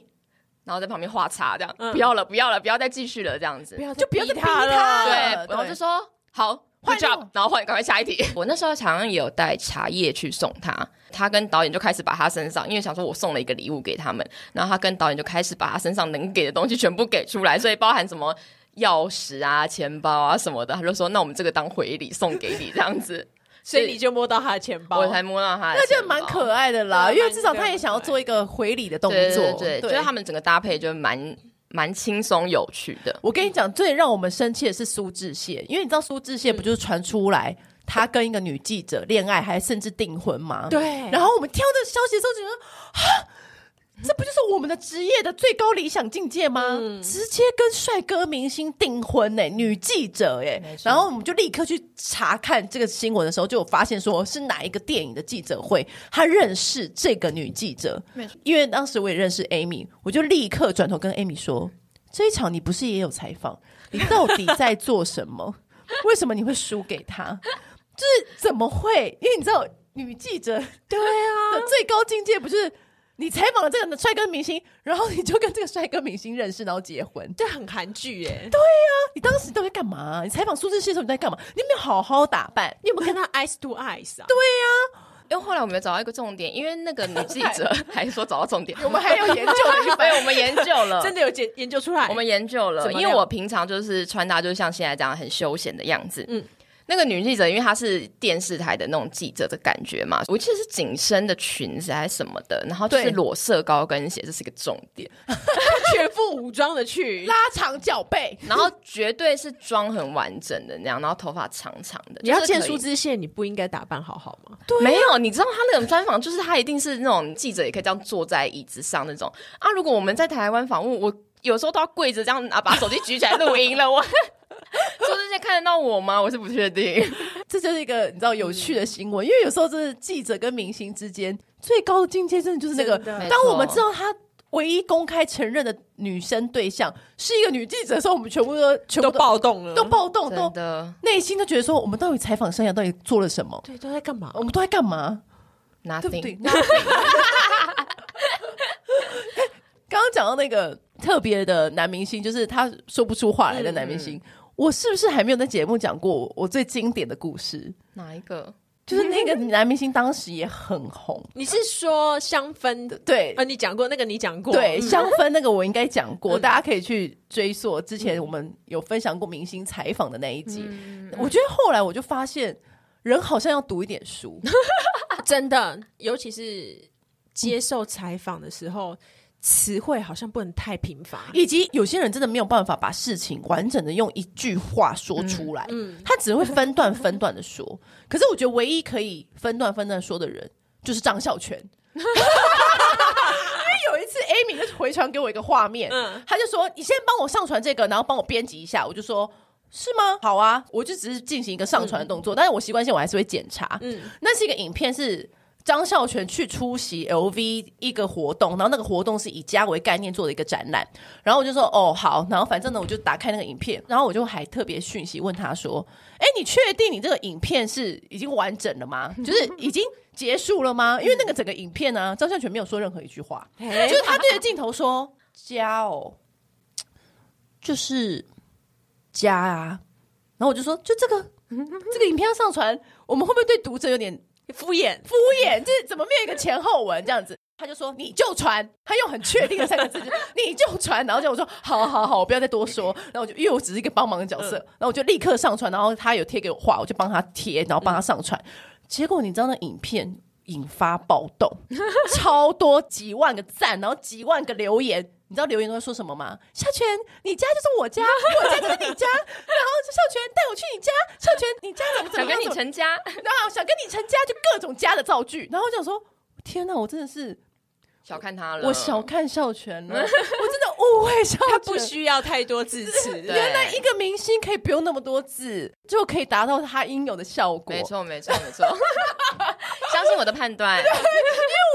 然后在旁边画叉，这样、不要了，不要了，不要再继续了，这样子。
要
就不要再逼他
他
了
对
呃，
然后就
对
说好。
换
Good
另
job，然后换，赶快下一题。 我那时候常常也有带茶叶去送他，他跟导演就开始把他身上，因为想说我送了一个礼物给他们，然后他跟导演就开始把他身上能给的东西全部给出来，所以包含什么钥匙啊、钱包啊什么的，他就说那我们这个当回礼送给你这样 子，
所以你就摸到他的钱包。
我才摸到他的
那
钱
就
包，
蛮可爱的啦，
对啊
因为至少
蛮
他也想要做一个回礼的动
对
作
对，对，就是他们整个搭配就蛮蛮轻松有趣的。
我跟你讲，最让我们生气的是苏志燮，因为你知道苏志
嗯
燮不就是传出来他跟一个女记者恋爱，还甚至订婚吗？。
对，
然后我们听到这个消息的时候，觉得啊，这不就是我们的职业的最高理想境界吗？
嗯
直接跟帅哥明星订婚呢、女记者哎、
没错
然后我们就立刻去查看这个新闻的时候，就有发现说是哪一个电影的记者会，他认识这个女记者
没错，
因为当时我也认识 Amy，我就立刻转头跟 Amy 说。这一场你不是也有采访？你到底在做什 么？为什么你会输给他？就是怎么会？因为你知道女记者
对啊，
的最高境界不是你采访了这个帅哥明星，然后你就跟这个帅哥明星认识，然后结婚。
这很韩剧耶。
你当时到底在干嘛、你采访苏志燮的时候你在干嘛？你有没有好好打扮？
你有没有跟他 eyes to eyes 啊？
因为后来我们有找到一个重点，因为那个女记 者还说找到重点，
我们还有研究了一
对，
番。
我们研究 了，
真的有研研究出来。
我们研究了
怎，么
因
样
为我平常就是穿搭，就是像现在这样很休闲的样子。嗯
嗯，
那个女记者，因为她是电视台的那种记者的感觉嘛，我记得是紧身的裙子还是什么的，然后就是
对
裸色高跟鞋，这是一个重点。
全副武装的 去，
拉长脚背，
然后绝对是妆很完整的那样，然后头发长长的。
你要
就是
见
可以
苏之线，你不应该打扮好好吗？
啊
没有，你知道他那种专访，就是他一定是那种记者也可以这样坐在椅子上那种啊。如果我们在台湾访问，我有时候都要跪着这样拿把手机举起来录音了。我 说这些看得到我吗？我是不确定。
这就是一个你知道有趣的新闻，因为有时候这是记者跟明星之间最高的境界，真的就是那个。
真
的
当我
没错
们知道他唯一公开承认的女生对象是一个女记者的时候，我们全部都全部
都
都
暴动了，
都暴动，哦都
真的
内心都觉得说，我们到底采访生涯到底做了什么？
对，都在干嘛？
我们都在干嘛？对不对
，nothing。？
刚刚讲到那个特别的男明星，就是他说不出话来的男明星。我是不是还没有在节目讲过我我最经典的故事？
哪一个？
就是那个男明星当时也很红，
你是说香氛的？
对
啊，你讲过那个，你讲过
对，
嗯
香氛那个我应该讲过，大家可以去追溯之前我们有分享过明星采访的那一集。我觉得后来我就发现，人好像要读一点书，
真的，尤其是接受采访的时候，词汇好像不能太贫 乏。
以及有些人真的没有办法把事情完整的用一句话说出来，他只会分段分段的说。可是我觉得唯一可以分段分段说的人就是张孝全。 因为有一次，Amy 就回传给我一个画面，
嗯
他就说：“你先帮我上传这个，然后帮我编辑一下。”我就说：“是吗？好啊，我就只是进行一个上传的动作，但是我习惯性我还是会检查。嗯，那是一个影片是。”张孝全去出席 LV 一个活动，然后那个活动是以家为概念做的一个展览，然后我就说哦好，然后反正呢我就打开那个影片，然后我就还特别讯息问他说，哎，你确定你这个影片是已经完整了吗？就是已经结束了吗？因为那个整个影片呢、张孝全没有说任何一句话，
哎
就是他对着镜头说家哦，就是家啊，然后我就说就这个这个影片要上传，我们会不会对读者有点
敷 衍，
敷衍，就是怎么没有一个前后文这样子。他就说你就传，他用很确定的三个字，就是你就传。然后就我说好好好，我不要再多 说。然后我就因为我只是一个帮忙的角色，
嗯
然后我就立刻上传。然后他有贴给我话，我就帮他贴，然后帮他上传。
嗯
结果你知道那影片引发暴动， 超多几万个赞，然后几万个留言。你知道留言都会说什么吗？孝全，你家就是我家，我家就是你家。然后孝全带我去你家，孝全你家怎么怎
想
么样
跟你
怎么
成家，
然后想跟你成家，就各种家的造句。然后我想说，天哪，我真的是
小看他了。
我小看孝全 了，我真的误会孝
呃他
全。
不需要太多字词。
对
原来一个明星可以不用那么多字，就可以达到他应有的效果。
没错，没错，没错。 相信我的判断，
因为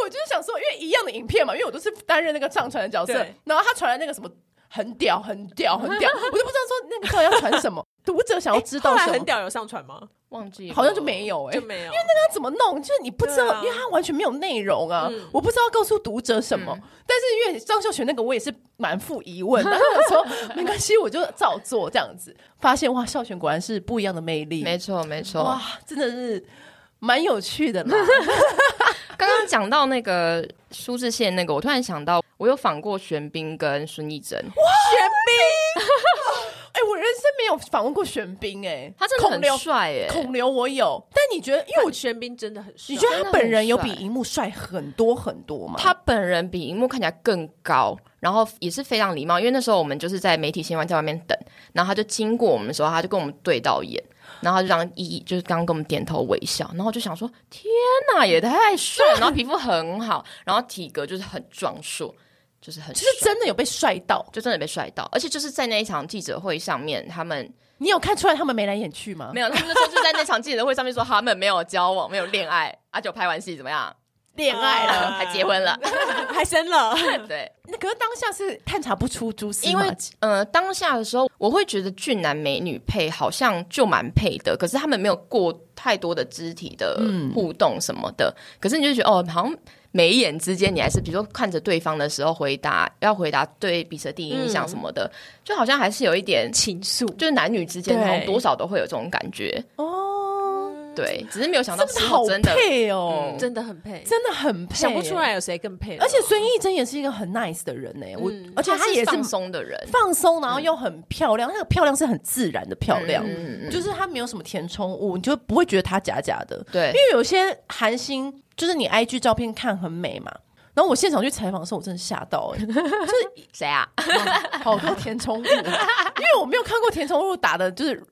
我就是想说，因为一样的影片嘛，因为我都是担任那个上传的角色
对，
然后他传来那个什么很屌、很屌、很屌，我就不知道说那个到底要传什么， 读者想要知
哎后
道
来
什
很
么，
屌有上传吗？
忘记
好像就没有哎、
就没有，
他怎么弄？就是你不知道，
对啊
因为他完全没有内容啊，
嗯
我不知道告诉读者什么。但是因为张秀全那个，我也是满腹疑问，但是我想说没关系，我就照做这样子。发现哇，孝全果然是不一样的魅力，
没错，没错
哇。，真的是蛮有趣的啦。哎
刚刚讲到那个苏志燮那个，我突然想到，我有访过玄彬跟孙艺珍，
哎、我人生没有访问过玄彬、哎，
他真的
孔
很
刘，
帅耶、
孔刘我有，但你觉得，因为我
我玄彬真的很帅
你觉得他本人有比
真的很帅
荧幕帅很多很多吗？
他本人比荧幕看起来更高，然后也是非常礼貌。因为那时候我们就是在媒体新闻在外面等，然后他就经过我们的时候，他就跟我们对到眼，然后他就让一一就是刚刚跟我们点头微笑，然后我就想说天哪，也太帅 了！然后皮肤很好，然后体格就是很壮硕，就是很
就是
帅
真的有被帅到，
就真的被帅到，而且就是在那一场记者会上面，他们
你有看出来他们眉来眼去吗？
没有，他们就说就在那场记者会上面说他们没有交往，没有恋爱，阿九拍完戏怎么 样？
恋爱了，
啊
还结婚了，
还生了，
对。
那可是当下是探查不出蛛丝
因
马
为
迹，
呃，当下的时候，我会觉得俊男美女配好像就蛮配的，可是他们没有过太多的肢体的
嗯
互动什么的，可是你就觉得哦，好像眉眼之间，你还是比如说看着对方的时候回答，要回答对彼此的第一印
嗯
象什么的，就好像还是有一点，
情愫
就是男女之间
对
好像多少都会有这种感觉，
哦，
对，只是没有想到
真
是
的好
真的。嗯
配哦，
真的很配，
真的很配，
想不出。来有谁更配了，
而且孙艺珍也是一个很 nice 的人呢，我而且她
嗯是
也是
放松的人，
放松，然后又很漂亮，那个漂亮是很自然的漂亮，
嗯
就是她没有什么填充物，你就不会觉得她假假的。
对
因为有些韩星，就是你 IG 照片看很美嘛。然后我现场去采访的时候，我真的吓到哎、
谁啊？
好多填充物， 因为我没有看过填充物打的就是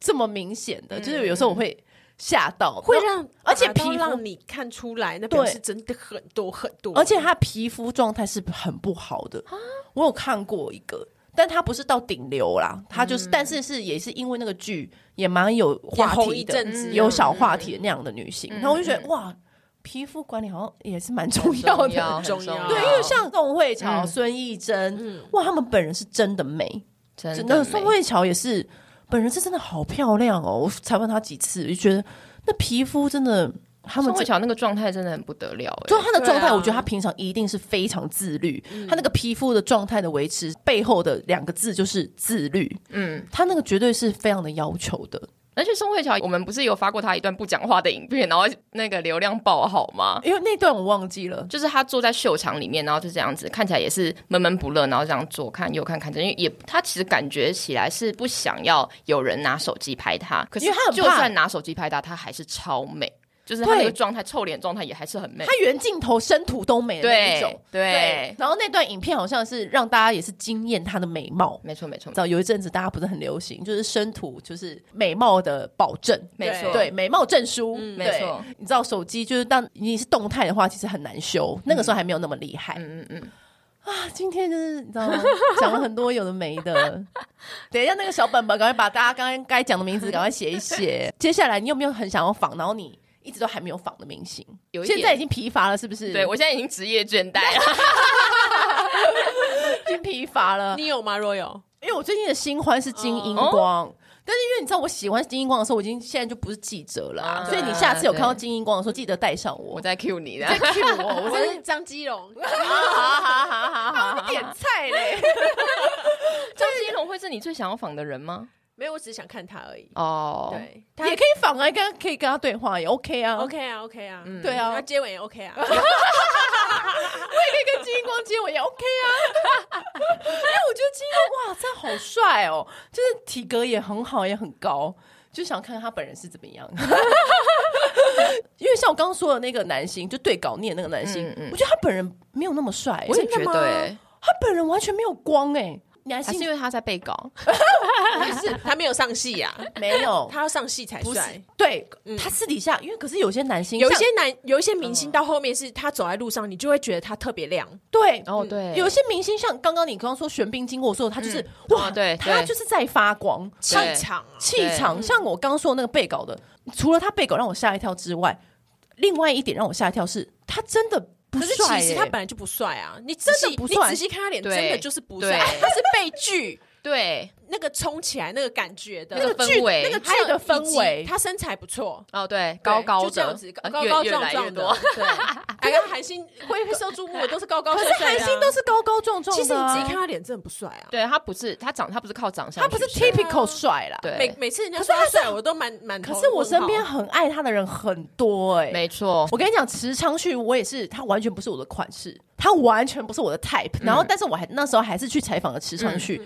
这么明显的，就是有时候我会吓到，
会让，
而且
打到
皮肤
让你看出来，那表
对
示真的很多很多，
而且他皮肤状态是很不好的。我有看过一个，但他不是到顶流啦，他就是，但是是也是因为那个剧也蛮有
也
话
红
题
一
的，
阵子，
有小话题的那样的女性，然后我就觉得哇，皮肤管理好像也是蛮重 要
重
的。
要，很
重 要
对，因为像宋慧乔、
嗯
孙艺珍，哇，她们本人是真的美，
真
真
的
的，
没
宋慧乔也是，本人是真的好漂亮哦！我采访她几次，我就觉得那皮肤真的他们
宋慧乔那个状态真的很不得了、欸，
就他的状态，
对啊
我觉得他平常一定是非常自律。
嗯
他那个皮肤的状态的维持背后的两个字就是自律。嗯，他那个绝对是非常的要求的。
而且宋慧乔，我们不是有发过她一段不讲话的影片，然后那个流量爆好吗？
因为那段我忘记了，
就是她坐在秀场里面，然后就这样子，看起来也是闷闷不乐，然后这样左看右看看着，因为也她其实感觉起来是不想要有人拿手机拍她，可是
因为她很怕
就算拿手机拍她，她还是超美，就是她
对
那个状态，臭脸状态也还是很美
他。圆镜头、生土都美的那一种
对。对，
然后那段影片好像是让大家也是惊艳她的美貌。
没错没错
你知，道有一阵子大家不是很流行，就是生土就是美貌的保证。
没错
对，美貌证书，对
嗯没错。
你知道手机就是当你是动态的话，其实很难修，那个时候还没有那么厉害。嗯嗯嗯。啊，今天就是你知道吗？讲了很多有的没 的。等一下那个小本本，赶快把大家刚刚该讲的名字赶快写一 写。接下来你有没有很想要仿，然后你一直都还没有仿的明星？
有一点
现在已经疲乏了，是不是？
对我现在已经职业倦怠了。
已经疲乏了。
你有吗？若有，
因为我最近的新欢是金英
哦
光。但是因为你知道我喜欢金英光的时候，我已经现在就不是记者了、啊，
啊
所以你下次有看到
对
金英光的时候，记得带上 我。
我在 Q 你的，
Q 我，
我是张基龙，
我点菜嘞。
张金龙会是你最想要仿的人吗？
没有，我只是想看他而已。
哦，
对，他
也可以仿啊，跟可以跟他对话也 OK 啊。
OK 啊，OK 啊，
对啊
他接吻也 OK 啊，
可以跟金英光接吻也 OK 啊。 因为我觉得金英光哇，真的好帅哦，就是体格也很好，也很高，就想看看他本人是怎么样。 因为像我刚刚说的那个男星，就对稿念那个男星，
嗯嗯
我觉得他本人没有那么帅、
我也觉得、
欸
欸，
他本人完全没有光哎、男
啊还是因
性
为他在 被告。
是他没有上戏 呀，
没有，
他要上戏才
不
帅
是。对、他私底下，因为可是有些男星
有一
像
些男，有一些明星到后面是他走在路上，你就会觉得他特别亮。
对嗯
哦，对，
有些明星像刚刚你刚刚说玄彬经过的时候，他就是、
嗯
哇，
哦对
他
对
就是在发光，
气
像
场啊，
气场。像我刚刚说的那个被稿的，除了他被稿让我吓一跳之外，另外一点让我吓一跳是，他真的不
可是
帅、
其
耶
实他本来就不帅啊，你仔
真
细
的不
你
帅
仔细看他脸，真
对
的就是不帅，
对
他是被剧
对，
那个冲起来那个感觉的，
那个
剧
氛 围
那个
还有
剧的氛
以
围
及，他身材不错，
哦对，高高的，
就这样子，高
呃
高
越
高
越
壮
来越
壮
多
的，，对，还跟韩星会会受注目的都是高高
可
帅
是
帅
韩
的啊
星都是高高壮壮
其
的、啊
实你自己看，他脸真的不帅啊，
对他不是他长他不是靠长相
他
取
不
胜，
是 typical 帅啦，
对
每每次人家说他帅，我都满满头
可
问号。
是我身边很爱他的人很多哎、
没
哦
错，
我跟你讲，池昌旭，我也是，他完全不是我的款式，他完全不是我的 type、然后，
嗯
但是我还那时候还是去采访了池昌旭，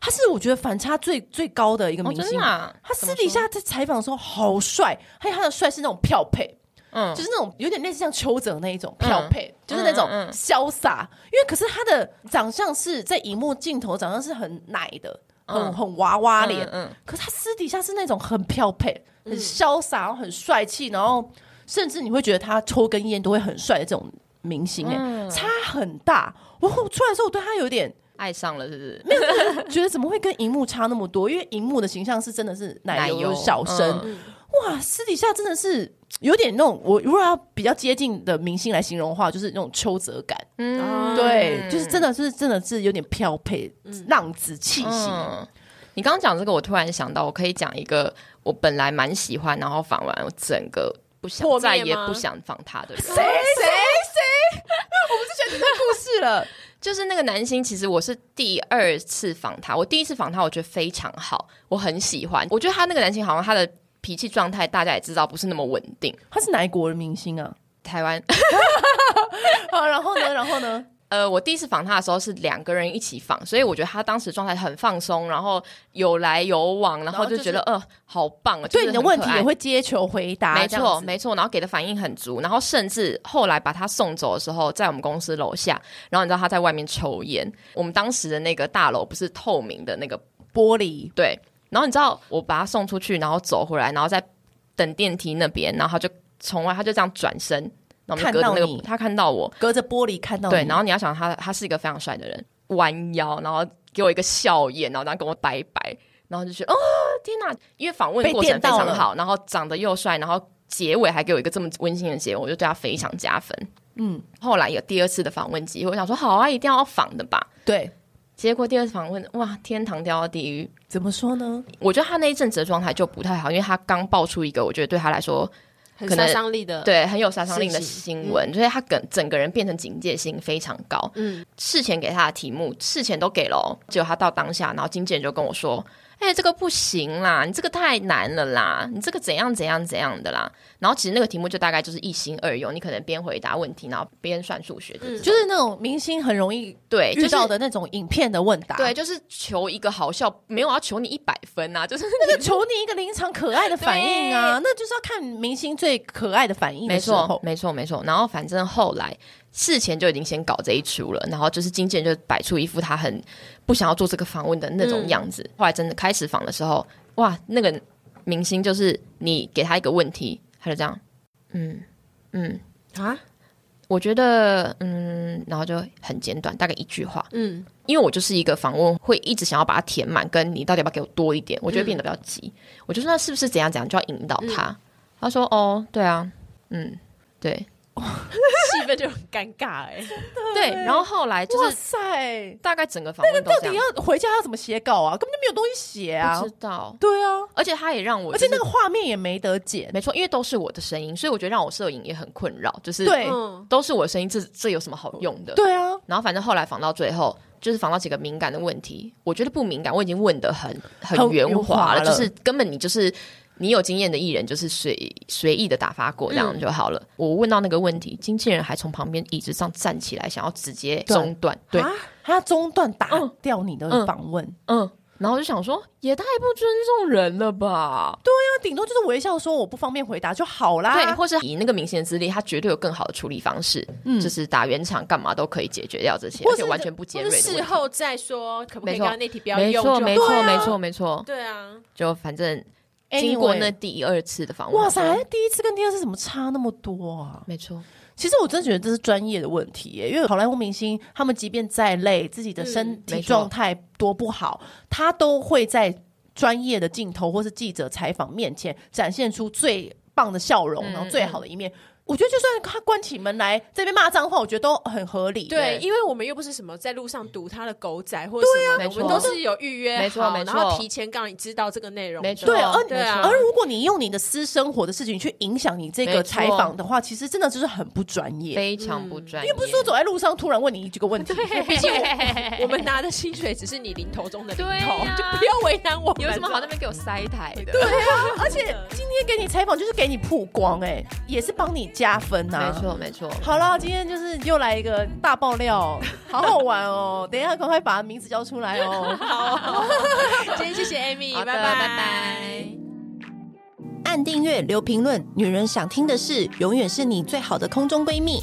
他是我觉得反差最最高的一个
哦
明
真
星。
的啊，
他私底下在采访的时候好帅，还有他的帅是那种票配，
嗯
就是那种有点类似像邱泽那一种票配，就是那种
嗯嗯嗯
潇洒。因为可是他的长相是在荧幕镜头长相是很奶的，很很娃娃脸，
嗯嗯
可是他私底下是那种很飘配、很潇洒、然后很帅气，然后甚至你会觉得他抽根烟都会很帅的这种明星、哎、
嗯
差很大。我我出来的时候，我对他有点
爱上了是不是？
觉得怎么会跟荧幕差那么多？因为荧幕的形象是真的是奶
奶
油
油嗯
小生，哇，私底下真的是有点那种我如果要比较接近的明星来形容的话，就是那种邱泽感，
嗯
对，就是真的是真的是有点飘配、浪子气息。
嗯，你刚刚讲这个，我突然想到，我可以讲一个我本来蛮喜欢，然后仿完我整个不想
破灭
再也
吗
不想仿他的人，
谁谁？我们之前听到故事了，
就是那个男星，其实我是第二次访他，我第一次访他，我觉得非常好，我很喜欢。我觉得他那个男星好像他的脾气状态，大家也知道不是那么稳定。
他是哪一国的明星 啊？
台湾，哦
好，然后呢？然后呢？
呃，我第一次访他的时候是两个人一起访，所以我觉得他当时状态很放松，然后有来有往，然后就觉得、呃好棒哦，
对你的问题
就是很可爱
也会接球回答，
没
这样
错，
子
没错。然后给的反应很足，然后甚至后来把他送走的时候，在我们公司楼下，然后你知道他在外面抽烟。我们当时的那个大楼不是透明的那个，
玻璃
对。然后你知道我把他送出去，然后走回来，然后在等电梯那边，然后他就从外他就这样转身，然后我们
看
隔着
到
那个
你
他看到我，
隔着玻璃看到
对。
你
然后你要想他他是一个非常帅的人，弯腰，然后给我一个笑眼，然后这样跟我拜拜。然后就觉得哦天哪，因为访问
被
过程
电
非
到
常
了
好，然后长得又帅，然后结尾还给我一个这么温馨的结尾，我就对他非常加分。嗯，后来有第二次的访问机会，我想说好啊，一定要访的吧。
对，
结果第二次访问，哇，天堂掉到地狱。
怎么说呢？
我觉得他那一阵子的状态就不太好，因为他刚爆出一个我觉得对他来说
很
可
杀
能
伤力的，，
对，很有杀伤力
事
的
嗯
新闻，所以他整整个人变成警戒性非常高。
嗯
嗯，事前给他的题目，事前都给了哦，结果他到当下，然后经纪人就跟我说：“哎、这个不行啦，你这个太难了啦，你这个怎样怎样怎样的啦。”然后其实那个题目就大概就是一心二用，你可能边回答问题，然后边算数学的这种，
就
就是
那种明星很容易
对，就
嗯遇
是
到。的那种影片的问答，
对，，就是求一个好笑，没有要求你一百分啊，就是
那个求你一个临场可爱的反应啊，那就是要看明星最可爱的反应
没
的时
错
候，。
没错，没错。然后反正后来事前就已经先搞这一出了，然后就是经纪人就摆出一副他很不想要做这个访问的那种样子。后来真的开始访的时候，哇，那个明星就是你给他一个问题，他就这样，嗯嗯，
啊，
我觉得嗯，然后就很简短，大概一句话。
嗯，
因为我就是一个访问会一直想要把它填满，跟你到底要不要给我多一点，我就会变得比较急。我就说那是不是怎样怎样就要引导他？他说哦，对啊，嗯，对。
气氛就很尴尬哎、
对，然后后来就
哇
是
塞，
大概整个访问都
到
这
底
样，
要回家要怎么写稿啊？根本就没有东西写啊
不！知道，
对啊，
而且他也让我、
而
就
且那
是，
个画面也没得剪，
没错，因为都是我的声音，所以我觉得让我摄影也很困扰，就是
对
嗯，
都是我的声音，这这有什么好用的？
对啊，
然后反正后来访到最后，就是访到几个敏感的问题，我觉得不敏感，我已经问的很
很
很
圆
圆
滑
滑了，
了
就是根本你就是你有经验的艺人，就是随随意的打发过这样就好了。我问到那个问题，经纪人还从旁边椅子上站起来，想要直接
对
中断，对，
啊
他中断打
嗯
掉你的
嗯
访问，
嗯。然后我就想说，也太不尊重人了吧？
那顶多就是微笑说我不方便回答就好
啊
啦。
对，或是以那个明星的资历，他绝对有更好的处理方式，就是打圆场干嘛都可以解决掉这些，
或
而
是
且完全不尖
嗯或
锐
是
的问
事
题。
后再说，可不可以
没错
刚刚那题不要
没
用就
错，
好？
没错，
对啊
没错，没错。
对啊，
就反正
Anyway
经过那第二次的访问，
哇塞，，第一次跟第二次怎么差那么多啊？
没错，
其实我真的觉得这是专业的问题耶，因为好莱坞明星他们即便再累，自己的
嗯
身体
没错
状态多不好，他都会在专业的镜头或是记者采访面前展现出最棒的笑
嗯
容，然后最好的一面。我觉得就算他关起门来这边骂脏话，我觉得都很合理。
对，啊因为我们又不是什么在路上堵他的狗仔或者什么的，
没错
我们都是有预约好，
没错没错
然后提前告你知道这个内容的，
没错，
对而
对啊
没
而如果你用你的私生活的事情去影响你这个
嗯
没错
采访的话，其实真的就是很不专
错
业。
非常
嗯
不专业。
因为不是说走在路上突然问你这个问题，
毕竟我 我们拿的薪水只是你零头中的零
对啊
头，
呀
就不要为难我们。
有什么好在那边给我塞台的？
对啊，而且今天给你采访就是给你曝光、哎，也是帮你加分呐、
没。错，没错。
好了，今天就是又来一个大爆料， 好好玩哦！等一下，赶快把名字叫出来 哦。
好，今天谢谢 Amy，
好的
拜
拜拜。
按订阅，留评论，女人想听的事，永远是你最好的空中闺蜜。